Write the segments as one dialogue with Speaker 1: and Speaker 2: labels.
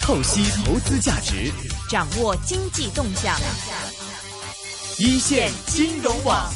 Speaker 1: 透析投资价值，
Speaker 2: 掌握经济动向，
Speaker 1: 一线金融网。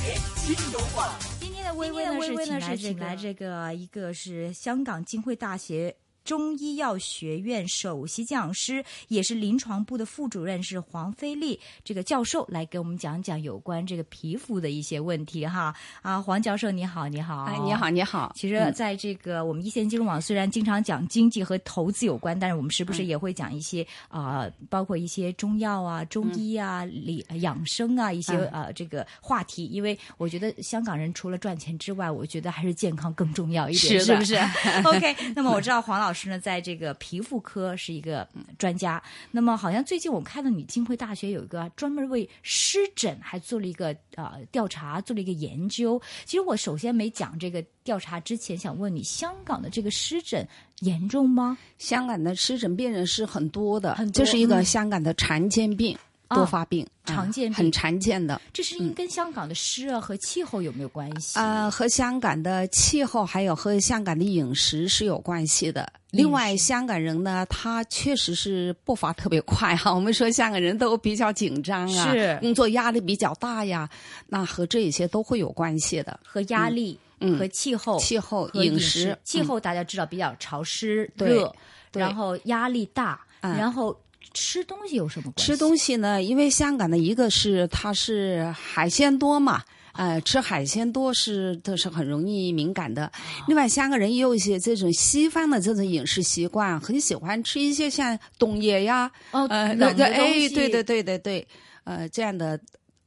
Speaker 3: 今天的微微呢是请来请来这个一个是香港浸会大学。中医药学院首席讲师，也是临床部的副主任，是黄飞利这个教授来给我们讲讲有关这个皮肤的一些问题哈。啊，黄教授你好，你好，嗯
Speaker 4: 哎，你好，。你好。
Speaker 3: 其实，在这个我们一线金融网虽然经常讲经济和投资有关，但是我们时不
Speaker 4: 嗯
Speaker 3: 时也会讲一些啊、呃包括一些中药啊、中医啊、理养生啊一些
Speaker 4: 嗯
Speaker 3: 呃这个话题。因为我觉得香港人除了赚钱之外，我觉得还是健康更重要一点，
Speaker 4: 是
Speaker 3: 是
Speaker 4: 的
Speaker 3: 不 是？OK，那么我知道黄老师呢，在这个皮肤科是一个专家。那么好像最近我看到你浸会大学有一个专门为湿疹还做了一个呃调查，做了一个研究。其实我首先没讲这个调查之前，想问你，香港的这个湿疹严重吗？
Speaker 4: 香港的湿疹病人是很多的，
Speaker 3: 很多
Speaker 4: 这是一个
Speaker 3: 嗯
Speaker 4: 香港的常见病，
Speaker 3: 啊
Speaker 4: 多发病，啊
Speaker 3: 常见病嗯
Speaker 4: 很常见的。
Speaker 3: 这是因跟香港的湿啊和气候有没有关系？
Speaker 4: 呃，和香港的气候还有和香港的饮食是有关系的。另外，香港人呢，他确实是步伐特别快哈、我们说香港人都比较紧张啊，
Speaker 3: 是
Speaker 4: 工作压力比较大呀，那和这一些都会有关系的。
Speaker 3: 和压力、
Speaker 4: 嗯
Speaker 3: 和气候、
Speaker 4: 气候、
Speaker 3: 和饮
Speaker 4: 食、嗯
Speaker 3: 气候大家知道比较潮湿、
Speaker 4: 对
Speaker 3: 热，
Speaker 4: 对
Speaker 3: 然后压力大，
Speaker 4: 嗯
Speaker 3: 然后吃东西有什么关系？
Speaker 4: 吃东西呢，因为香港的一个是它是海鲜多嘛，呃，吃海鲜多是都是很容易敏感
Speaker 3: 啊
Speaker 4: 的。另外，香港人也有一些这种西方的这种饮食习惯，很喜欢吃一些像冬野呀，
Speaker 3: 哦，
Speaker 4: 呃，那
Speaker 3: 冷
Speaker 4: 个
Speaker 3: 的东
Speaker 4: 哎，
Speaker 3: 西，
Speaker 4: 对对对对对，呃，这样的，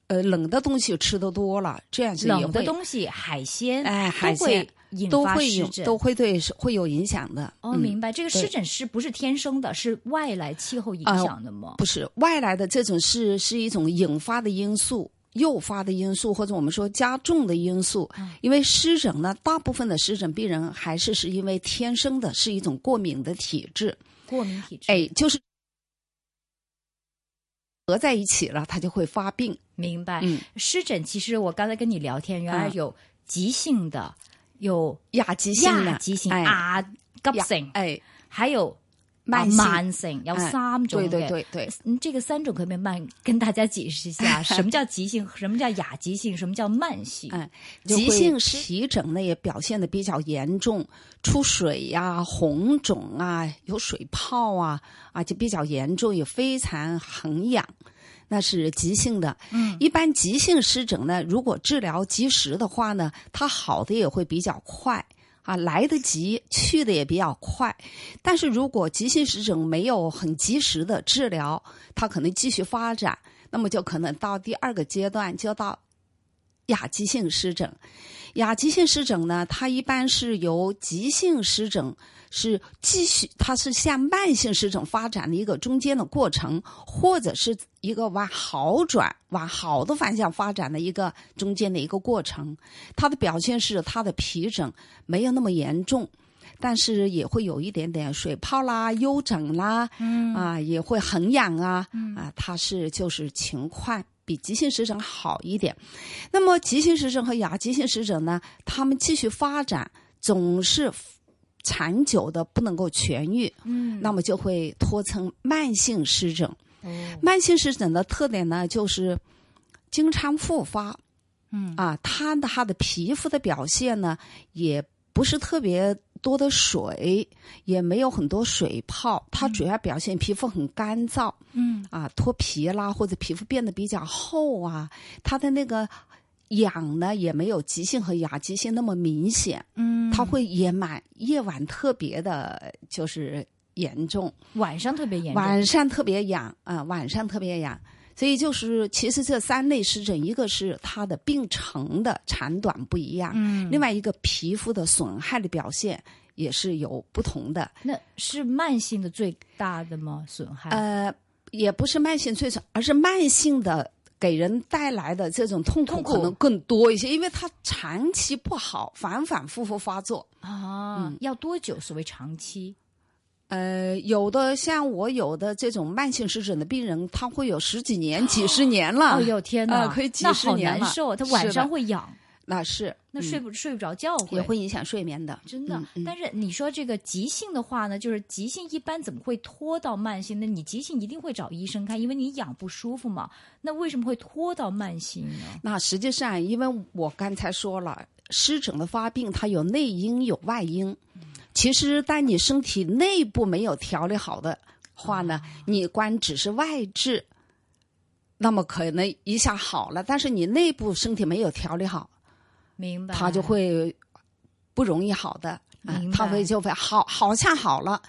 Speaker 4: 呃，冷的东西吃的多了，这样是也
Speaker 3: 冷的
Speaker 4: 会，
Speaker 3: 东西，海鲜，
Speaker 4: 哎，海
Speaker 3: 都会
Speaker 4: 鲜
Speaker 3: 引
Speaker 4: 都
Speaker 3: 发
Speaker 4: 会
Speaker 3: 湿
Speaker 4: 有
Speaker 3: 疹。
Speaker 4: 都会对会有影响的。
Speaker 3: 哦，
Speaker 4: 嗯
Speaker 3: 明白，这个湿
Speaker 4: 对
Speaker 3: 疹是不是天生的？是外来气候影
Speaker 4: 呃
Speaker 3: 响的吗？
Speaker 4: 不是外来的这种是是一种引发的因素、诱发的因素，或者我们说加重的因素。
Speaker 3: 嗯
Speaker 4: 因为湿疹呢，大部分的湿疹病人还是是因为天生的是一种过敏的体质，
Speaker 3: 过敏体质，，
Speaker 4: 哎，就是合在一起了，它就会发病。
Speaker 3: 明白。
Speaker 4: 嗯，
Speaker 3: 湿疹其实我刚才跟你聊天，原来
Speaker 4: 嗯
Speaker 3: 有急性的，有
Speaker 4: 亚急性
Speaker 3: 亚
Speaker 4: 的，
Speaker 3: 急性
Speaker 4: 哎
Speaker 3: 啊，急
Speaker 4: 亚
Speaker 3: 性，
Speaker 4: 哎，
Speaker 3: 还有。
Speaker 4: 慢
Speaker 3: 啊
Speaker 4: 性
Speaker 3: 慢性有
Speaker 4: 哎
Speaker 3: 三种
Speaker 4: 对
Speaker 3: 嘅，
Speaker 4: 对对对。
Speaker 3: 嗯，这个三种可不可以慢跟大家解释一下？ 什么叫急性？什么叫亚急性？什么叫慢性？
Speaker 4: 哎
Speaker 3: 就
Speaker 4: 急
Speaker 3: 会
Speaker 4: 性皮疹呢也表现的比较严重，出水呀、红肿啊、有水泡啊，啊就比较严重，也非常痕痒，那是急性的。嗯，一般急性湿疹呢，如果治疗及时的话呢，它好的也会比较快。啊，来得及，去的也比较快，但是如果急性湿疹没有很及时的治疗，它可能继续发展，那么就可能到第二个阶段，就到亚急性湿疹。亚急性湿疹呢，它一般是由急性湿疹是继续，它是向慢性湿疹发展的一个中间的过程，或者是一个往好转、往好的方向发展的一个中间的一个过程。它的表现是它的皮疹没有那么严重。但是也会有一点点水泡啦、疣疹啦，嗯啊，也会很痒啊，嗯、啊，它是就是情况比急性湿疹好一点。那么急性湿疹和亚急性湿疹呢，它们继续发展总是长久的不能够痊愈，嗯，那么就会拖成慢性湿疹。
Speaker 3: 哦
Speaker 4: 慢性湿疹的特点呢，就是经常复发，嗯啊，它的它的皮肤的表现呢，也不是特别多的水，也没有很多水泡，它主要表现皮肤很干燥，嗯啊，脱皮啦，或者皮肤变得比较厚啊，它的那个。痒呢也没有急性和亚急性那么明显，嗯，它会也蛮夜晚特别的，就是严重，
Speaker 3: 晚上特别严重，
Speaker 4: 晚上特别痒啊、晚上特别痒。所以就是，其实这三类湿疹，一个是它的病程的长短不一样，嗯，另外一个皮肤的损害的表现也是有不同的，
Speaker 3: 那是慢性的最大的吗？损害？
Speaker 4: 呃，也不是慢性最损，而是慢性的给人带来的这种痛苦
Speaker 3: 痛苦
Speaker 4: 可能更多一些，因为它长期不好，反反复复发作，
Speaker 3: 啊，
Speaker 4: 嗯
Speaker 3: 要多久？所谓长期？
Speaker 4: 呃，有的像我有的这种慢性湿疹的病人， 他会有十几年、几十年了。
Speaker 3: 哦哟，天哪，
Speaker 4: 呃可以几
Speaker 3: 那
Speaker 4: 十
Speaker 3: 好
Speaker 4: 年
Speaker 3: 难
Speaker 4: 了
Speaker 3: 受啊，他
Speaker 4: 是
Speaker 3: 晚
Speaker 4: 的
Speaker 3: 上会痒，
Speaker 4: 那是
Speaker 3: 那睡不、睡不着觉会
Speaker 4: 也会影响睡眠的，
Speaker 3: 真的
Speaker 4: 嗯，嗯
Speaker 3: 但是你说这个急性的话呢，就是急性一般怎么会拖到慢性？那你急性一定会找医生看，因为你养不舒服嘛。那为什么会拖到慢性呢？
Speaker 4: 那实际上，因为我刚才说了，湿疹的发病它有内因有外因。其实，当你身体内部没有调理好的话呢，你光只是外治，那么可能一下好了，但是你内部身体没有调理好，
Speaker 3: 明白？
Speaker 4: 它就会不容易好的。啊
Speaker 3: 明，白
Speaker 4: 它会就会好，好像好了。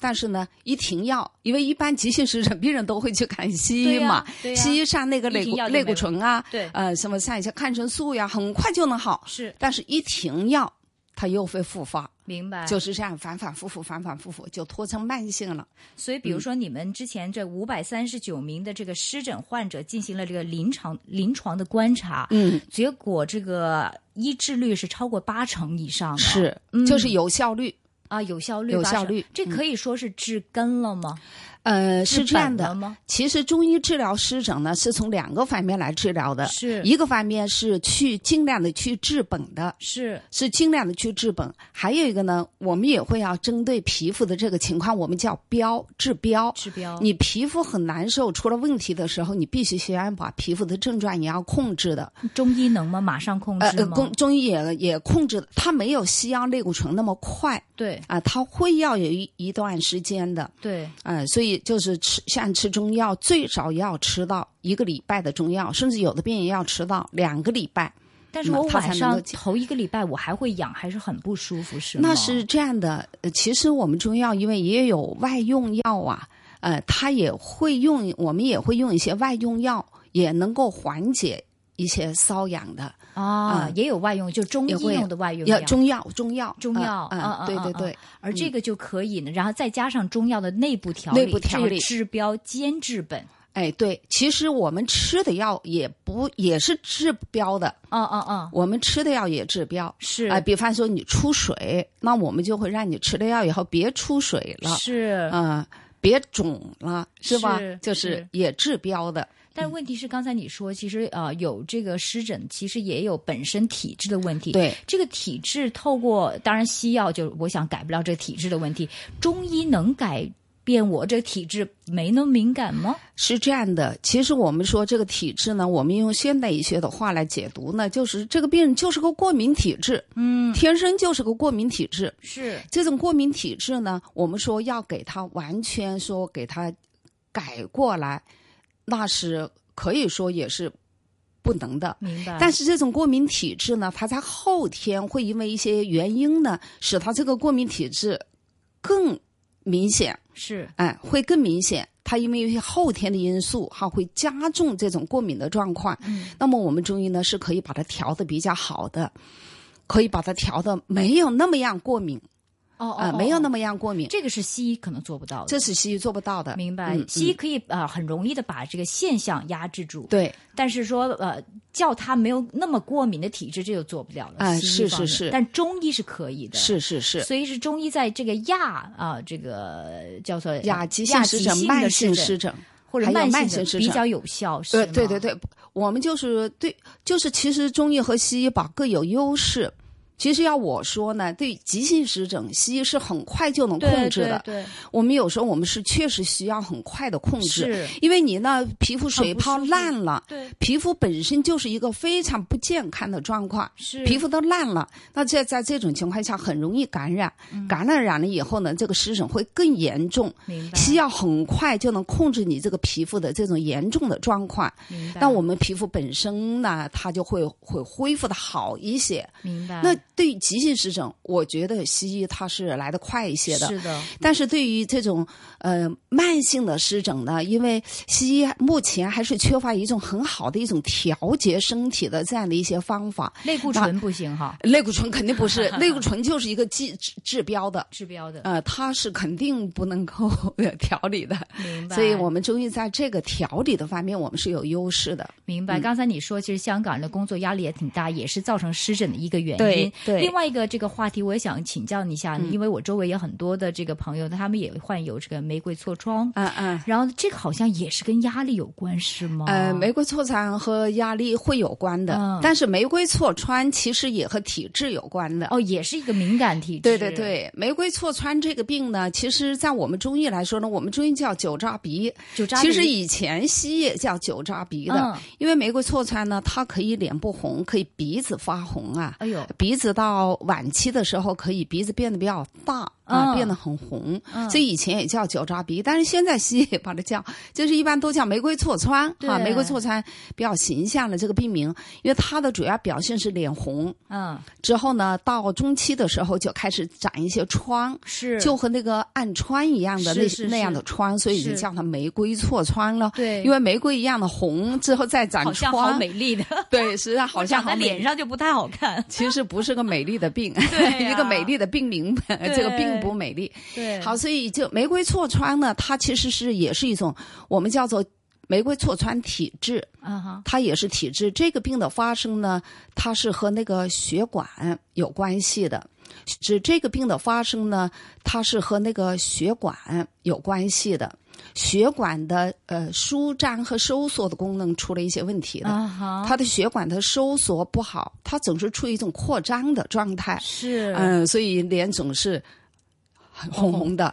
Speaker 4: 但是呢，一停药，因为一般急性湿疹病人都会去看西
Speaker 3: 对
Speaker 4: 医
Speaker 3: 呀
Speaker 4: 嘛，
Speaker 3: 对呀
Speaker 4: 西医上那个类
Speaker 3: 一停
Speaker 4: 固
Speaker 3: 药就没
Speaker 4: 类固醇啊，
Speaker 3: 对
Speaker 4: 呃，什么像一些抗生素呀，很快就能好。
Speaker 3: 是
Speaker 4: 但是，一停药，它又会复发，
Speaker 3: 明白，
Speaker 4: 就是这样反反复复，反反复复，就拖成慢性了。
Speaker 3: 所以，比
Speaker 4: 嗯
Speaker 3: 如说你们之前这五百三十九名的这个湿疹患者进行了这个临床临床的观察，
Speaker 4: 嗯，
Speaker 3: 结果这个医治率是超过八成以上的，
Speaker 4: 是，就是有效率。
Speaker 3: 啊，有效率，
Speaker 4: 有效率
Speaker 3: 80%这可以说是治根了吗？
Speaker 4: 呃，
Speaker 3: 治
Speaker 4: 是这样
Speaker 3: 本了
Speaker 4: 的。
Speaker 3: 吗？
Speaker 4: 其实中医治疗湿疹呢，是从两个方面来治疗的。
Speaker 3: 是
Speaker 4: 呃一个方面是去尽量的去治本的，
Speaker 3: 是
Speaker 4: 是尽量的去治本。还有一个呢，我们也会要针对皮肤的这个情况，我们叫标治标。
Speaker 3: 治标，
Speaker 4: 你皮肤很难受，出了问题的时候，你必须先把皮肤的症状也要控制的。
Speaker 3: 中医能吗？马上控
Speaker 4: 呃
Speaker 3: 制
Speaker 4: 呃，
Speaker 3: 吗？
Speaker 4: 中中医也也控制，它没有西药类固醇那么快
Speaker 3: 对
Speaker 4: 啊、它会要有一一段时间的。
Speaker 3: 对，
Speaker 4: 嗯，所以就是吃像吃中药，最少要吃到一个礼拜的中药，甚至有的病人要吃到两个礼拜。
Speaker 3: 但是
Speaker 4: 那
Speaker 3: 我
Speaker 4: 它才
Speaker 3: 晚
Speaker 4: 能
Speaker 3: 上
Speaker 4: 够解
Speaker 3: 头一个礼拜我还会痒，还是很不舒服，是吗？
Speaker 4: 那是这样的，呃其实我们中药因为也有外用药啊，呃，它也会用，我们也会用一些外用药，也能够缓解一些瘙痒的。
Speaker 3: 啊，
Speaker 4: 嗯
Speaker 3: 也有外用，就中医
Speaker 4: 也会
Speaker 3: 用的外用
Speaker 4: 要
Speaker 3: 药
Speaker 4: 中药，中药，
Speaker 3: 中药
Speaker 4: 嗯
Speaker 3: 啊啊
Speaker 4: 嗯，对
Speaker 3: 啊
Speaker 4: 对
Speaker 3: 啊
Speaker 4: 对，
Speaker 3: 而这个就可以呢，然后再加上中药的内部调理，
Speaker 4: 内部调理
Speaker 3: 这个治标兼治本。
Speaker 4: 哎，对，其实我们吃的药也不也是治标的，
Speaker 3: 啊啊啊！
Speaker 4: 我们吃的药也治标。
Speaker 3: 是
Speaker 4: 啊、比方说你出水，那我们就会让你吃了药以后别出水了，
Speaker 3: 是，
Speaker 4: 啊、别肿了，是吧？
Speaker 3: 是
Speaker 4: 就是是也治标的，
Speaker 3: 但问题是，刚才你说，其实啊、呃有这个湿疹，其实也有本身体质的问题。，
Speaker 4: 对。
Speaker 3: 这个体质透过当然西药就我想改不了这个体质的问题，中医能改变我这个体质没那么敏感吗？
Speaker 4: 是这样的，其实我们说这个体质呢，我们用现代医学的话来解读呢，就是这个病人就是个过敏体质，嗯，天生就是个过敏体质。
Speaker 3: 是
Speaker 4: 这种过敏体质呢，我们说要给他完全说给他改过来，那是可以说也是不能的。
Speaker 3: 明白，
Speaker 4: 但
Speaker 3: 是
Speaker 4: 是这种过敏体质呢，它在后天会因为一些原因呢，使它这个过敏体质更明显，
Speaker 3: 是
Speaker 4: 哎，会更明显。它因为一些后天的因素，哈，会加重这种过敏的状况。
Speaker 3: 嗯
Speaker 4: 那么我们中医呢，是可以把它调的比较好的，可以把它调的没有那么样过敏
Speaker 3: 哦哦
Speaker 4: 啊、没有那
Speaker 3: 么
Speaker 4: 么样过敏，
Speaker 3: 这个是西医可能做不到的。
Speaker 4: 这是西医做不到的。
Speaker 3: 明白，
Speaker 4: 嗯
Speaker 3: 西医
Speaker 4: 嗯
Speaker 3: 可以啊、呃很容易的把这个现象压制住，
Speaker 4: 对，
Speaker 3: 但是说呃叫他没有那么过敏的体质，这就做不了了。
Speaker 4: 哎
Speaker 3: 西医
Speaker 4: 是
Speaker 3: 方面
Speaker 4: 是是
Speaker 3: 但中医是可以的，
Speaker 4: 是是是。
Speaker 3: 所以是中医在这个亚啊、这个叫做呃
Speaker 4: 亚急性湿疹、慢性湿
Speaker 3: 疹
Speaker 4: 疹，
Speaker 3: 或者
Speaker 4: 还有
Speaker 3: 慢
Speaker 4: 慢
Speaker 3: 性
Speaker 4: 性
Speaker 3: 的
Speaker 4: 湿
Speaker 3: 比
Speaker 4: 疹
Speaker 3: 较有效，是
Speaker 4: 呃，
Speaker 3: 吗
Speaker 4: 对对，对，我们就是对，就是其实中医和西医吧各有优势。其实要我说呢，对急性湿疹，西医是很快就能控制的。
Speaker 3: 对对
Speaker 4: 我们有时候我们是确实需要很快的控
Speaker 3: 对
Speaker 4: 制，
Speaker 3: 是，啊
Speaker 4: 因为你那皮肤
Speaker 3: 很
Speaker 4: 水
Speaker 3: 不舒
Speaker 4: 泡
Speaker 3: 服
Speaker 4: 烂了，
Speaker 3: 对
Speaker 4: 皮肤本身就是一个非常不健康的状况。
Speaker 3: 是
Speaker 4: 皮肤都烂了，那这在这种情况下很容易感染，
Speaker 3: 嗯
Speaker 4: 感染染了以后呢，这个湿疹会更严重。
Speaker 3: 明白，
Speaker 4: 西药很快就能控制你这个皮肤的这种严重的状况，
Speaker 3: 明白，
Speaker 4: 但我们皮肤本身呢，它就会会恢复的好一些。
Speaker 3: 明白
Speaker 4: 那对于急性湿疹，我觉得西医它是来的快一些的，
Speaker 3: 是的，
Speaker 4: 但是对于这种呃慢性的湿疹呢，因为西医目前还是缺乏一种很好的一种调节身体的这样的一些方法。
Speaker 3: 类固醇不行哈，
Speaker 4: 类固醇肯定 不是，类固醇就是一个治治治标的，
Speaker 3: 治标的，
Speaker 4: 呃，它是肯定不能够 调理的。
Speaker 3: 明白，
Speaker 4: 所以我们中医在这个调理的方面，我们是有优势的。
Speaker 3: 明白，刚才你说，其实香港人的工作压力也挺大，也是造成湿疹的一个原因
Speaker 4: 对。对
Speaker 3: 另外一个这个话题，我也想请教你一下，
Speaker 4: 嗯
Speaker 3: 因为我周围有很多的这个朋友，他们也患有这个玫瑰痤疮，
Speaker 4: 嗯嗯。
Speaker 3: 然后这个好像也是跟压力有关，是吗？
Speaker 4: 呃，玫瑰痤疮和压力会有关的，
Speaker 3: 嗯
Speaker 4: 但是玫瑰痤疮其实也和体质有关的。
Speaker 3: 哦，也是一个敏感体质，
Speaker 4: 对对，对，玫瑰痤疮这个病呢，其实，在我们中医来说呢，我们中医叫酒渣鼻，
Speaker 3: 酒渣
Speaker 4: 其实
Speaker 3: 鼻
Speaker 4: 以前西医也叫酒渣鼻的，
Speaker 3: 嗯
Speaker 4: 因为玫瑰痤疮呢，它可以脸部红，可以鼻子发红啊，
Speaker 3: 哎呦，
Speaker 4: 鼻子到晚期的时候，可以鼻子变得比较大啊、
Speaker 3: 嗯
Speaker 4: 变得很红，
Speaker 3: 嗯
Speaker 4: 所以以前也叫酒渣鼻，但是现在西医也把它叫，就是一般都叫玫瑰痤疮
Speaker 3: 对
Speaker 4: 啊，玫瑰痤疮比较形象的这个病名，因为它的主要表现是脸红，
Speaker 3: 嗯，
Speaker 4: 之后呢，到中期的时候就开始长一些疮。
Speaker 3: 是
Speaker 4: 就和那个暗疮一样的
Speaker 3: 是
Speaker 4: 那
Speaker 3: 是
Speaker 4: 那样
Speaker 3: 是
Speaker 4: 的疮，所以就是叫它玫瑰痤疮了。
Speaker 3: 对
Speaker 4: 因为玫瑰一样的红，之后再长
Speaker 3: 好像好
Speaker 4: 疮，
Speaker 3: 美丽 的，
Speaker 4: 对，实际上好像
Speaker 3: 长在
Speaker 4: 好美
Speaker 3: 脸上就不太好 看，
Speaker 4: 其实不是个美丽的病，
Speaker 3: 对呀
Speaker 4: 一个美丽的病名， 这个并不美丽。
Speaker 3: 对
Speaker 4: 好，所以就玫瑰痤疮呢，它其实是也是一种我们叫做玫瑰痤疮体质，
Speaker 3: 啊哈，
Speaker 4: 它也是体质。这个病的发生呢，它是和那个血管有关系的。指这个病的发生呢，它是和那个血管有关系的，血管的呃舒张和收缩的功能出了一些问题的。
Speaker 3: 啊哈，
Speaker 4: 它的血管的收缩不好，它总是处于一种扩张的状态，
Speaker 3: 是，
Speaker 4: 嗯，所以脸总是很红红的。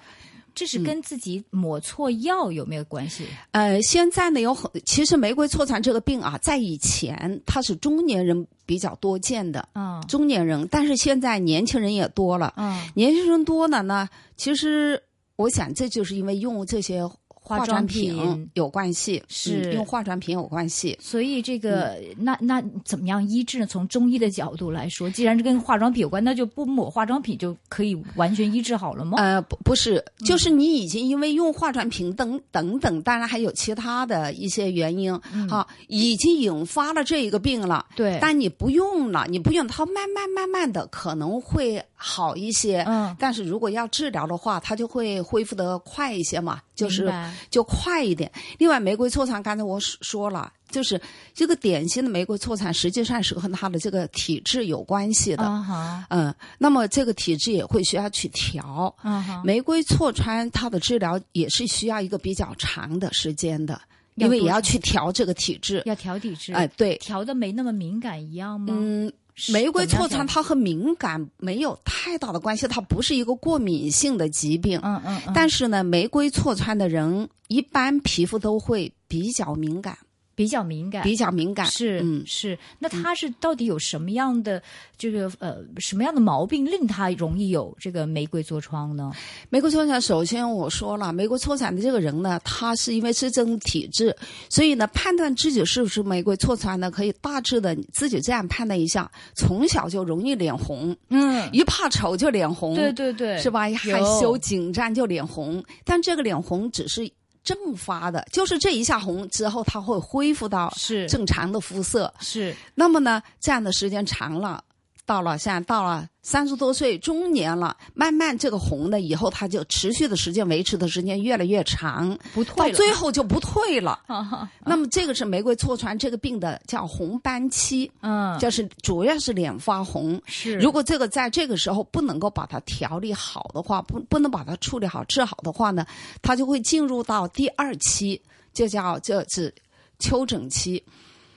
Speaker 3: 这
Speaker 4: 嗯
Speaker 3: 是跟自己抹错药有没有关系？
Speaker 4: 呃，现在呢有很，其实玫瑰痤疮这个病啊，在以前它是中年人比较多见的，
Speaker 3: 啊
Speaker 4: 中年人，但是现在年轻人也多了，
Speaker 3: 啊，
Speaker 4: 年轻人多了呢，其实我想这就是因为用这些。化
Speaker 3: 化妆
Speaker 4: 妆品
Speaker 3: 品
Speaker 4: 有关系，
Speaker 3: 是
Speaker 4: 嗯用化妆品有关系。
Speaker 3: 所以这个
Speaker 4: 嗯
Speaker 3: 那那怎么样医治呢？从中医的角度来说，既然是跟化妆品有关，那就不抹化妆品就可以完全医治好了吗？
Speaker 4: 呃，不不是，
Speaker 3: 嗯
Speaker 4: 就是你已经因为用化妆品等等等，当然还有其他的一些原因、啊，已经引发了这一个病了。
Speaker 3: 嗯对
Speaker 4: 但你不用了，你不用它，慢慢慢慢的可能会好一些。
Speaker 3: 嗯
Speaker 4: 但是如果要治疗的话，它就会恢复的快一些嘛，就是
Speaker 3: 明白
Speaker 4: 就快一点。另外，玫瑰痤疮刚才我说说了，就是这个典型的玫瑰痤疮，实际上是和它的这个体质有关系的。
Speaker 3: 啊哈
Speaker 4: 嗯，那么这个体质也会需要去调。
Speaker 3: 啊哈，
Speaker 4: 玫瑰痤疮它的治疗也是需要一个比较长的时间的，
Speaker 3: 要
Speaker 4: 因为
Speaker 3: 多
Speaker 4: 也要
Speaker 3: 长
Speaker 4: 去调这个体质。
Speaker 3: 要调体质，
Speaker 4: 哎、对，
Speaker 3: 调的没那么敏感一样吗？
Speaker 4: 嗯，
Speaker 3: 是
Speaker 4: 玫瑰
Speaker 3: 怎么
Speaker 4: 痤
Speaker 3: 样
Speaker 4: 疮
Speaker 3: 调，
Speaker 4: 它和敏感没有太大的关系，它不是一个过敏性的疾病。
Speaker 3: 嗯嗯嗯，
Speaker 4: 但是呢，玫瑰痤疮的人一般皮肤都会比较敏感，
Speaker 3: 比较敏感，
Speaker 4: 比较敏感。
Speaker 3: 哎是、
Speaker 4: 嗯
Speaker 3: 是，那他是到底有什么样的这个呃什么样的毛病令他容易有这个玫瑰痤疮呢？
Speaker 4: 玫瑰痤疮，首先我说了，玫瑰痤疮的这个人呢，他是因为是这种体质，所以呢，判断自己是不是玫瑰痤疮呢，可以大致的自己这样判断一下。从小就容易脸红，
Speaker 3: 嗯，
Speaker 4: 一怕丑就脸红，
Speaker 3: 对对对，
Speaker 4: 是吧？一害
Speaker 3: 有
Speaker 4: 羞紧张就脸红，但这个脸红只是阵发的，就是这一下红之后，它会恢复到
Speaker 3: 是
Speaker 4: 正常的肤色。
Speaker 3: 是
Speaker 4: 那么呢，这样的时间长了，到了现在到了三十多岁中年了，慢慢这个红的以后，它就持续的时间维持的时间越来越长，
Speaker 3: 不
Speaker 4: 到
Speaker 3: 退了，嗯
Speaker 4: 最后就不退了。
Speaker 3: 后
Speaker 4: 那么这个是玫瑰痤疮这个病的叫红斑期，
Speaker 3: 嗯
Speaker 4: 就是主要是脸发红。
Speaker 3: 是
Speaker 4: 如果这个在这个时候不能够把它调理好的话，不不能把它处理好、治好的话呢，它就会进入到第二期，就叫就是丘疹期，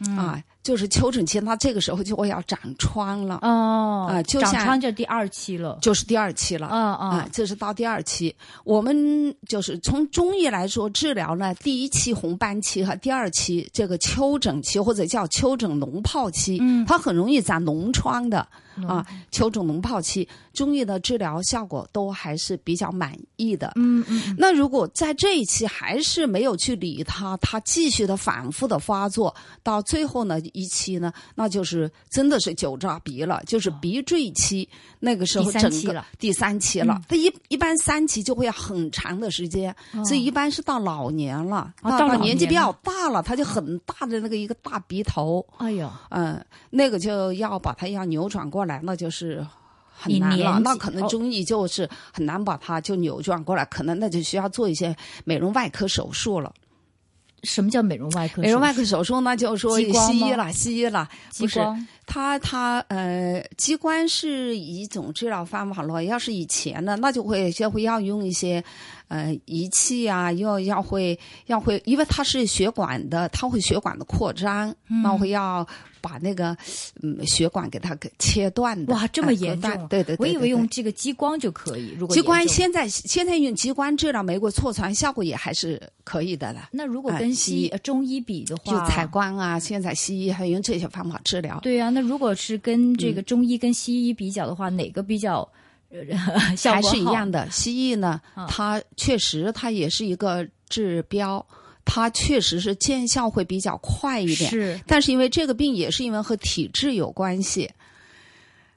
Speaker 3: 嗯
Speaker 4: 啊，就是丘疹期，它这个时候就会要长疮了，
Speaker 3: 哦
Speaker 4: 啊就
Speaker 3: 长
Speaker 4: 像
Speaker 3: 疮就第二期了，
Speaker 4: 就是第二期了。
Speaker 3: 嗯嗯
Speaker 4: 啊，这是到第二期。我们就是从中医来说，治疗呢，第一期红斑期和第二期这个丘疹期，或者叫丘疹脓疱期，
Speaker 3: 嗯
Speaker 4: 它很容易长脓疮的
Speaker 3: 脓
Speaker 4: 啊。丘疹脓疱期，中医的治疗效果都还是比较满意的。
Speaker 3: 嗯嗯
Speaker 4: 那如果在这一期还是没有去理它，它继续的反复的发作，到最后呢一期呢，那就是真的是酒渣鼻了，就是鼻坠期，那个时候
Speaker 3: 第三
Speaker 4: 整
Speaker 3: 期
Speaker 4: 个
Speaker 3: 了
Speaker 4: 第三期了。它一一般三期就会要很长的时间，
Speaker 3: 嗯，
Speaker 4: 所以一般是到老年了，
Speaker 3: 哦
Speaker 4: 到
Speaker 3: 到老
Speaker 4: 年纪
Speaker 3: 年
Speaker 4: 比
Speaker 3: 了
Speaker 4: 较大了，它就很大的那个一个大鼻头，
Speaker 3: 哎呦，
Speaker 4: 嗯、那个就要把它要扭转过来，那就是很
Speaker 3: 你
Speaker 4: 难
Speaker 3: 年
Speaker 4: 了。
Speaker 3: 纪
Speaker 4: 那可能
Speaker 3: 哦
Speaker 4: 中医就是很难把它就扭转过来，可能那就需要做一些美容外科手术了。
Speaker 3: 什么叫美容外科？
Speaker 4: 美容外科手术那就说
Speaker 3: 激光
Speaker 4: 西
Speaker 3: 吗
Speaker 4: 医了，西医了，
Speaker 3: 激
Speaker 4: 不是
Speaker 3: 光
Speaker 4: 它它呃，激光是一种治疗方法了。要是以前呢，那就会就会要用一些呃仪器啊，又要会要会，因为它是血管的，它会血管的扩张，
Speaker 3: 嗯
Speaker 4: 那我会要把那个嗯血管给它给切断的。
Speaker 3: 哇，这么
Speaker 4: 呃
Speaker 3: 严
Speaker 4: 割
Speaker 3: 重
Speaker 4: 断
Speaker 3: 啊！
Speaker 4: 对对对，
Speaker 3: 我以
Speaker 4: 对
Speaker 3: 为
Speaker 4: 对
Speaker 3: 用这个激光就可以。如果
Speaker 4: 激光
Speaker 3: 严重
Speaker 4: 现在现在用激光治疗玫瑰痤疮效果也还是可以的了，
Speaker 3: 那如果
Speaker 4: 哎
Speaker 3: 跟
Speaker 4: 西
Speaker 3: 西
Speaker 4: 医
Speaker 3: 呃中医比的
Speaker 4: 就
Speaker 3: 话，
Speaker 4: 采光啊，现在西医还用这些方法治疗。
Speaker 3: 对啊，那如果是跟这个
Speaker 4: 嗯
Speaker 3: 中医跟西医比较的话，哪个比较呃效
Speaker 4: 还
Speaker 3: 果好
Speaker 4: 是一样的，西医呢
Speaker 3: 嗯，
Speaker 4: 它确实它也是一个治标，它确实是见效会比较快一点。
Speaker 3: 是
Speaker 4: 但是因为这个病也是因为和体质有关系，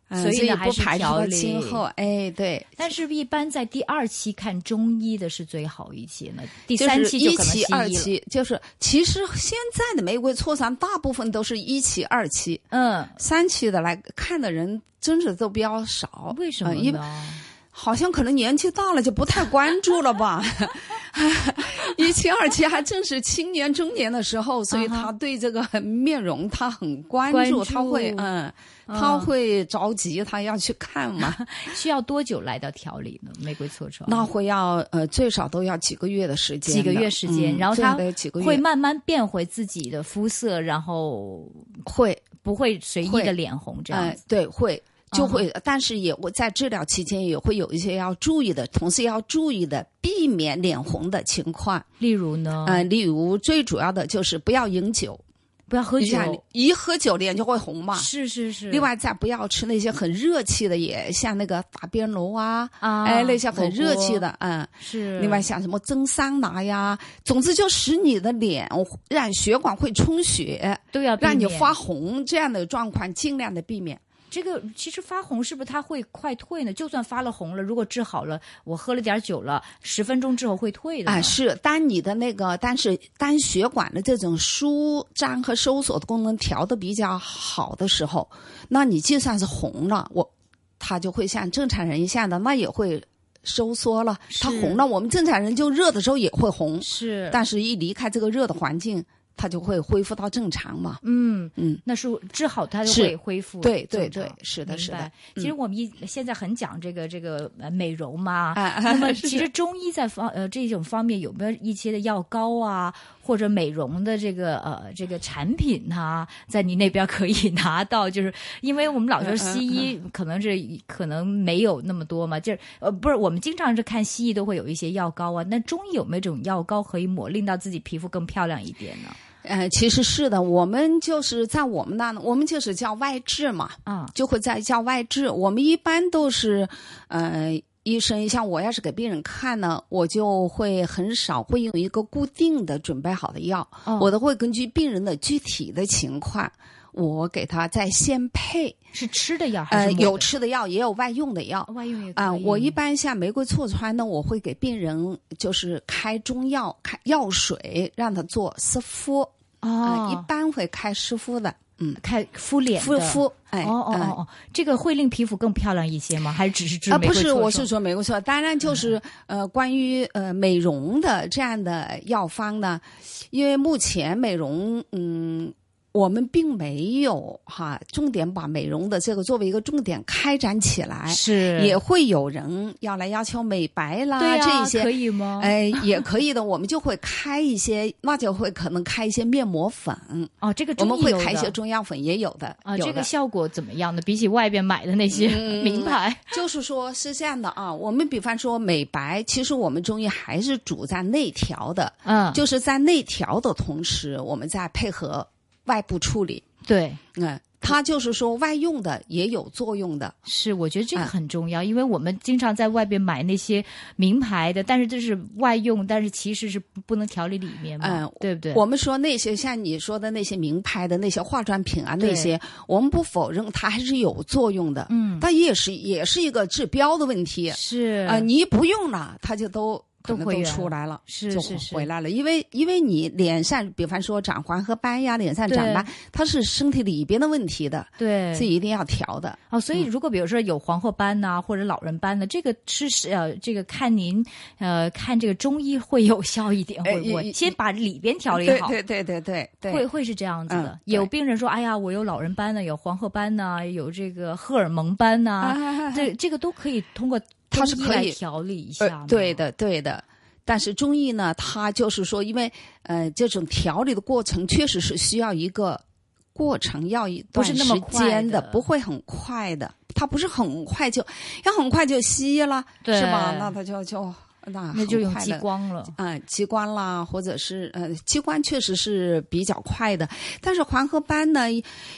Speaker 4: 嗯
Speaker 3: 所以呢
Speaker 4: 所以
Speaker 3: 还
Speaker 4: 不
Speaker 3: 是
Speaker 4: 排除
Speaker 3: 调
Speaker 4: 它
Speaker 3: 理
Speaker 4: 今后，哎，对，
Speaker 3: 但是一般在第二期看中医的是最好一些呢，第
Speaker 4: 就
Speaker 3: 三
Speaker 4: 是
Speaker 3: 期
Speaker 4: 一
Speaker 3: 可能西
Speaker 4: 期、
Speaker 3: 医
Speaker 4: 二
Speaker 3: 了。
Speaker 4: 期，就是其实现在的玫瑰痤疮大部分都是一期、二期、
Speaker 3: 嗯，
Speaker 4: 三期的来看的人，真是都比较少。
Speaker 3: 为什么
Speaker 4: 呃
Speaker 3: 呢？
Speaker 4: 因为好像可能年纪大了就不太关注了 吧。一期、二期还正是青年、中年的时候，所以
Speaker 3: 啊哈
Speaker 4: 他对这个面容他很关
Speaker 3: 关
Speaker 4: 注，他会
Speaker 3: 注
Speaker 4: 嗯，
Speaker 3: 嗯
Speaker 4: 他会着急，他要去看 嘛。
Speaker 3: 需要多久来到调理呢？玫瑰痤疮
Speaker 4: 那会要呃最少都要几个月的时间的，
Speaker 3: 几个月时间
Speaker 4: 嗯
Speaker 3: 然后
Speaker 4: 最少
Speaker 3: 他
Speaker 4: 得几个月
Speaker 3: 会慢慢变回自己的肤色，然后
Speaker 4: 会
Speaker 3: 不会随意
Speaker 4: 会
Speaker 3: 的脸红这样
Speaker 4: 呃
Speaker 3: 子。
Speaker 4: 对会。就
Speaker 3: 嗯哼
Speaker 4: 会，但是也我在治疗期间也会有一些要注意的，同时要注意的，避免脸红的情况。
Speaker 3: 例如呢，
Speaker 4: 嗯、例如最主要的就是不要饮酒，
Speaker 3: 不要喝
Speaker 4: 你
Speaker 3: 酒，
Speaker 4: 想一喝酒脸就会红嘛。
Speaker 3: 是是是。
Speaker 4: 另外再不要吃那些很热气的也，像那个打边炉啊，
Speaker 3: 啊，
Speaker 4: 哎，那些很热气
Speaker 3: 火锅
Speaker 4: 的，嗯。
Speaker 3: 是。
Speaker 4: 另外像什么蒸桑拿呀，总之就使你的脸让血管会充血，
Speaker 3: 都要避
Speaker 4: 让你
Speaker 3: 免
Speaker 4: 发红这样的状况，尽量的避免。
Speaker 3: 这个其实发红是不是它会快退呢？就算发了红了，如果治好了，我喝了点酒了，十分钟之后会退的呢
Speaker 4: 啊，是，当你的那个，但是当血管的这种舒张和收缩的功能调的比较好的时候，那你就算是红了，我它就会像正常人一样的，那也会收缩了。它
Speaker 3: 是
Speaker 4: 红了，我们正常人就热的时候也会红，
Speaker 3: 是，
Speaker 4: 但是一离开这个热的环境，它就会恢复到正常嘛。
Speaker 3: 嗯
Speaker 4: 嗯，
Speaker 3: 那是治好它就是会恢复
Speaker 4: 对对
Speaker 3: 正
Speaker 4: 对
Speaker 3: 常，
Speaker 4: 是的，
Speaker 3: 明
Speaker 4: 是的嗯
Speaker 3: 白。其实我们一现在很讲这个这个呃美容嘛，
Speaker 4: 啊，
Speaker 3: 那么
Speaker 4: 是
Speaker 3: 其实中医在方呃这种方面有没有一些的药膏啊，或者美容的这个呃这个产品啊，在你那边可以拿到？就是因为我们老说
Speaker 4: 嗯嗯
Speaker 3: 西医可能是可能没有那么多嘛，就是呃不是我们经常是看西医都会有一些药膏啊，那中医有没有这种药膏可以抹，令到自己皮肤更漂亮一点呢？
Speaker 4: 呃，其实是的，我们就是在我们那，我们就是叫外治嘛。
Speaker 3: 啊，
Speaker 4: 就会在叫外治。我们一般都是，呃，医生像我要是给病人看呢，我就会很少会用一个固定的准备好的药，
Speaker 3: 哦
Speaker 4: 我都会根据病人的具体的情况。我给他再先配，
Speaker 3: 是吃的药还
Speaker 4: 呃
Speaker 3: 是，抹的
Speaker 4: 有吃的药，也有外用的药
Speaker 3: 外用也可以
Speaker 4: 啊、我一般像玫瑰痤疮呢，我会给病人就是开中药、开药水，让他做湿敷啊、
Speaker 3: 啊、
Speaker 4: 一般会开湿敷的，嗯，
Speaker 3: 开敷脸
Speaker 4: 敷
Speaker 3: 的
Speaker 4: 敷，哎，
Speaker 3: 哦哦
Speaker 4: 嗯
Speaker 3: 哦哦，这个会令皮肤更漂亮一些吗？还是只是治
Speaker 4: 啊，
Speaker 3: 玫
Speaker 4: 不
Speaker 3: 瑰
Speaker 4: 是，
Speaker 3: 痤
Speaker 4: 我
Speaker 3: 疮
Speaker 4: 是说玫瑰痤疮，当然就是、
Speaker 3: 嗯
Speaker 4: 呃，关于呃美容的这样的药方呢，因为目前美容，嗯，我们并没有哈重点把美容的这个作为一个重点开展起来，
Speaker 3: 是
Speaker 4: 哎也会有人要来要求美白啦，
Speaker 3: 对
Speaker 4: 这
Speaker 3: 啊
Speaker 4: 一
Speaker 3: 可
Speaker 4: 些。
Speaker 3: 以吗？
Speaker 4: 哎， 也可以的，我们就会开一些，那就会可能开一些面膜粉，
Speaker 3: 哦，这个
Speaker 4: 我
Speaker 3: 中
Speaker 4: 们
Speaker 3: 医
Speaker 4: 会
Speaker 3: 有
Speaker 4: 开一
Speaker 3: 的
Speaker 4: 些中药粉，也有的，
Speaker 3: 啊，
Speaker 4: 有
Speaker 3: 这
Speaker 4: 的嗯
Speaker 3: 个效果怎么样呢？比起外边买的那些 名牌，
Speaker 4: 就是说，是这样的啊，我们比方说美白，其实我们中医还是主张内调的，
Speaker 3: 嗯，
Speaker 4: 就是在内调的同时，我们再配合外部处理。
Speaker 3: 对，
Speaker 4: 嗯，它就是说外用的也有作用的，
Speaker 3: 是，我觉得这个
Speaker 4: 啊
Speaker 3: 很重要，因为我们经常在外边买那些名牌的，但是这是外用，但是其实是不能调理里面嘛，
Speaker 4: 嗯
Speaker 3: 对不对？
Speaker 4: 我们说那些像你说的那些名牌的那些化妆品啊，
Speaker 3: 对嗯
Speaker 4: 那些我们不否认它还是有作用的，嗯，但也是也是一个治标的问题啊、
Speaker 3: 是
Speaker 4: 你一不用了，它就都可能
Speaker 3: 都回
Speaker 4: 都
Speaker 3: 原
Speaker 4: 出
Speaker 3: 了
Speaker 4: 来了，
Speaker 3: 是
Speaker 4: 就是
Speaker 3: 是
Speaker 4: 回来了。因为因为你脸上，比方说长黄褐斑呀，脸上长
Speaker 3: 对
Speaker 4: 斑，它是身体里边的问题的，
Speaker 3: 对，
Speaker 4: 所以一定要调的。
Speaker 3: 哦，所以如果比如说有黄褐斑呐、或者老人斑的，这个吃是呃，这个看您呃看这个中医会有效一点，
Speaker 4: 哎
Speaker 3: 会不
Speaker 4: 一
Speaker 3: 会
Speaker 4: 一
Speaker 3: 先把里边调理
Speaker 4: 对
Speaker 3: 好？
Speaker 4: 对对对对对，
Speaker 3: 会会是这样子的，
Speaker 4: 嗯对
Speaker 3: 有病人说：“哎呀，我有老人斑呢，有黄褐斑呢，有这个荷尔蒙斑呢、
Speaker 4: 啊
Speaker 3: 对，这个都可以通过
Speaker 4: 它是
Speaker 3: 中医
Speaker 4: 可
Speaker 3: 来
Speaker 4: 以
Speaker 3: 调理一下、
Speaker 4: 呃，对，的，对的。但是中医呢，它就是说，因为呃，这种调理的过程确实是需要一个过程，要一
Speaker 3: 不
Speaker 4: 段
Speaker 3: 是
Speaker 4: 时
Speaker 3: 那么快
Speaker 4: 间
Speaker 3: 的
Speaker 4: 不会很快的，它不是很快就，要很快就吸了，
Speaker 3: 对
Speaker 4: 是吧？那它就就那
Speaker 3: 那就
Speaker 4: 很
Speaker 3: 用
Speaker 4: 快
Speaker 3: 激
Speaker 4: 的
Speaker 3: 光了。
Speaker 4: 呃，激光啦，或者是呃，激光确实是比较快的，但是黄褐斑呢，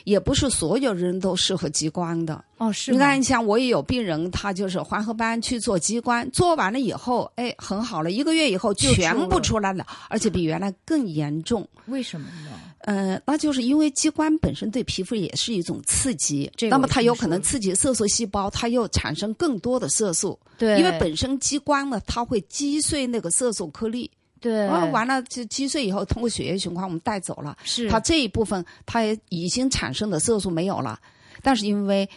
Speaker 4: 也不是所有人都适合激光的。
Speaker 3: 哦，是
Speaker 4: 你
Speaker 3: 吗
Speaker 4: 看，像我也有病人，他就是黄褐斑去做激光，做完了以后，哎，很好了，一个月以后
Speaker 3: 就
Speaker 4: 全
Speaker 3: 出
Speaker 4: 部
Speaker 3: 了
Speaker 4: 出来了，而且比原来更严重。
Speaker 3: 为什么呢？
Speaker 4: 呃，那就是因为激光本身对皮肤也是一种刺激，
Speaker 3: 这个
Speaker 4: 那么
Speaker 3: 我
Speaker 4: 它
Speaker 3: 听
Speaker 4: 有
Speaker 3: 说
Speaker 4: 可能
Speaker 3: 了
Speaker 4: 刺激色素细胞，它又产生更多的色素，
Speaker 3: 对
Speaker 4: 因为本身激光呢，它会击碎那个色素颗粒。
Speaker 3: 对
Speaker 4: 然后哦完了，就击碎以后，通过血液循环我们带走了，
Speaker 3: 是
Speaker 4: 它这一部分它也已经产生的色素没有了，但是因为。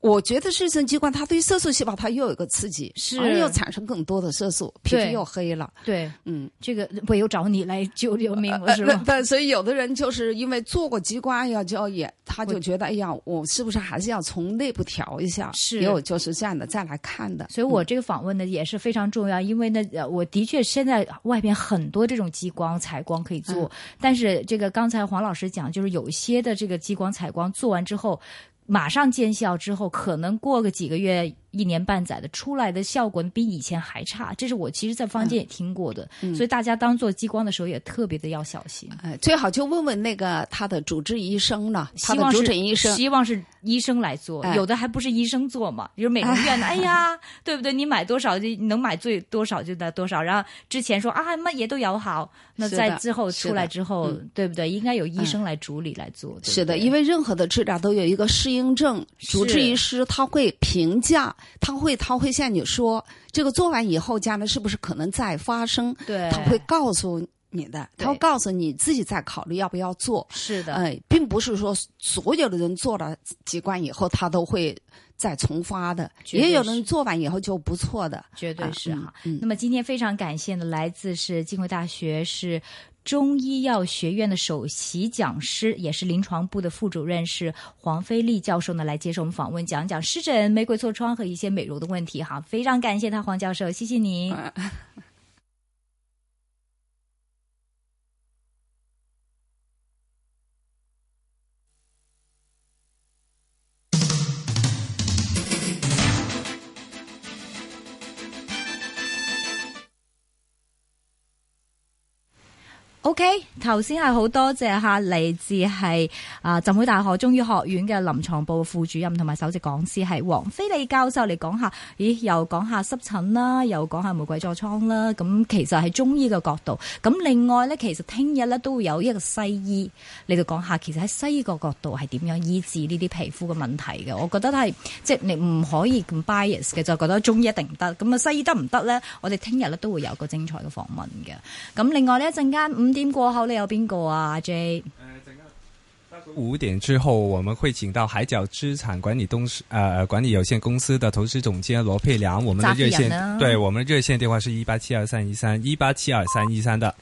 Speaker 4: 我觉得视神激光，它对色素细胞它又有一个刺激，
Speaker 3: 是
Speaker 4: 而又产生更多的色素，皮肤
Speaker 3: 对
Speaker 4: 又黑了，
Speaker 3: 对
Speaker 4: 嗯，
Speaker 3: 这个我又找你来救救命了，是
Speaker 4: 呃
Speaker 3: 吗？
Speaker 4: 但所以有的人就是因为做过激光呀，就也他就觉得，哎呀，我是不是还是要从内部调一下？
Speaker 3: 是
Speaker 4: 也有就是这样的再来看的。嗯
Speaker 3: 所以我这个访问呢也是非常重要，因为呢，呃我的确现在外边很多这种激光、采光可以做，但是这个刚才黄老师讲，就是有一些的这个激光、采光做完之后。马上见效之后，可能过个几个月、一年半载的，出来的效果呢比以前还差。这是我其实，在坊间也听过的，所以大家当做激光的时候也特别的要小心。
Speaker 4: 哎，最好就问问那个他的主治医生了，他
Speaker 3: 希
Speaker 4: 的
Speaker 3: 望
Speaker 4: 主
Speaker 3: 是
Speaker 4: 诊医生，
Speaker 3: 希望是医生来做，
Speaker 4: 哎
Speaker 3: 有的还不是医生做嘛，比如美容院 的，哎呀，对不对？你买多少就能买最多少就得多少，然后之前说啊乜嘢都有好，那
Speaker 4: 是
Speaker 3: 在
Speaker 4: 的
Speaker 3: 之后
Speaker 4: 是
Speaker 3: 出来
Speaker 4: 的嗯哎
Speaker 3: 之后，对不对？应该有医生来主理来做，对不
Speaker 4: 是的，
Speaker 3: 对
Speaker 4: 因为任何的治疗都有一个适应症，主治医师他会评价，他会他会向你说，这个做完以后将来是不是可能再发生，
Speaker 3: 对
Speaker 4: 他会告诉你的，他会
Speaker 3: 对
Speaker 4: 告诉你自己再考虑要不要做。
Speaker 3: 是的，
Speaker 4: 呃，并不是说所有的人做了几关以后，他都会再重发的，
Speaker 3: 绝对
Speaker 4: 也有
Speaker 3: 是
Speaker 4: 人做完以后就不错的。
Speaker 3: 绝对
Speaker 4: 啊
Speaker 3: 是
Speaker 4: 嗯
Speaker 3: 哈。那么今天非常感谢呢，来自是浸会大学是。中医药学院的首席讲师，也是临床部的副主任，是黄飞利教授呢，来接受我们访问，讲讲湿疹、玫瑰痤疮和一些美容的问题哈。非常感谢他，黄教授，谢谢您。
Speaker 4: 啊
Speaker 3: ，OK，頭先係好多謝吓嚟自係啊浸會大學中醫學院嘅臨床部副主任同埋首席講師係黃飛利教授嚟講下，咦又講下濕疹啦，又講下玫瑰痤瘡啦，咁其實係中醫嘅角度。咁另外咧，其實聽日咧都會有一個西醫你哋講下，其實喺西醫個角度係點樣醫治呢啲皮膚嘅問題嘅？我覺得係即係你唔可以咁 bias 嘅，就覺得中醫一定唔得，咁啊西醫得唔得咧？我哋聽日咧都會有個精彩嘅訪問嘅。咁另外呢，一陣間五點過後你有邊個啊阿？J
Speaker 1: 五点之后，我们会请到海角资产管理东呃管理有限公司的投资总监罗佩良。我们的热
Speaker 3: 咋地啊
Speaker 1: 线
Speaker 3: 呀呢
Speaker 1: 对我们的热线电话是一八七二三一三一八七二三一三的。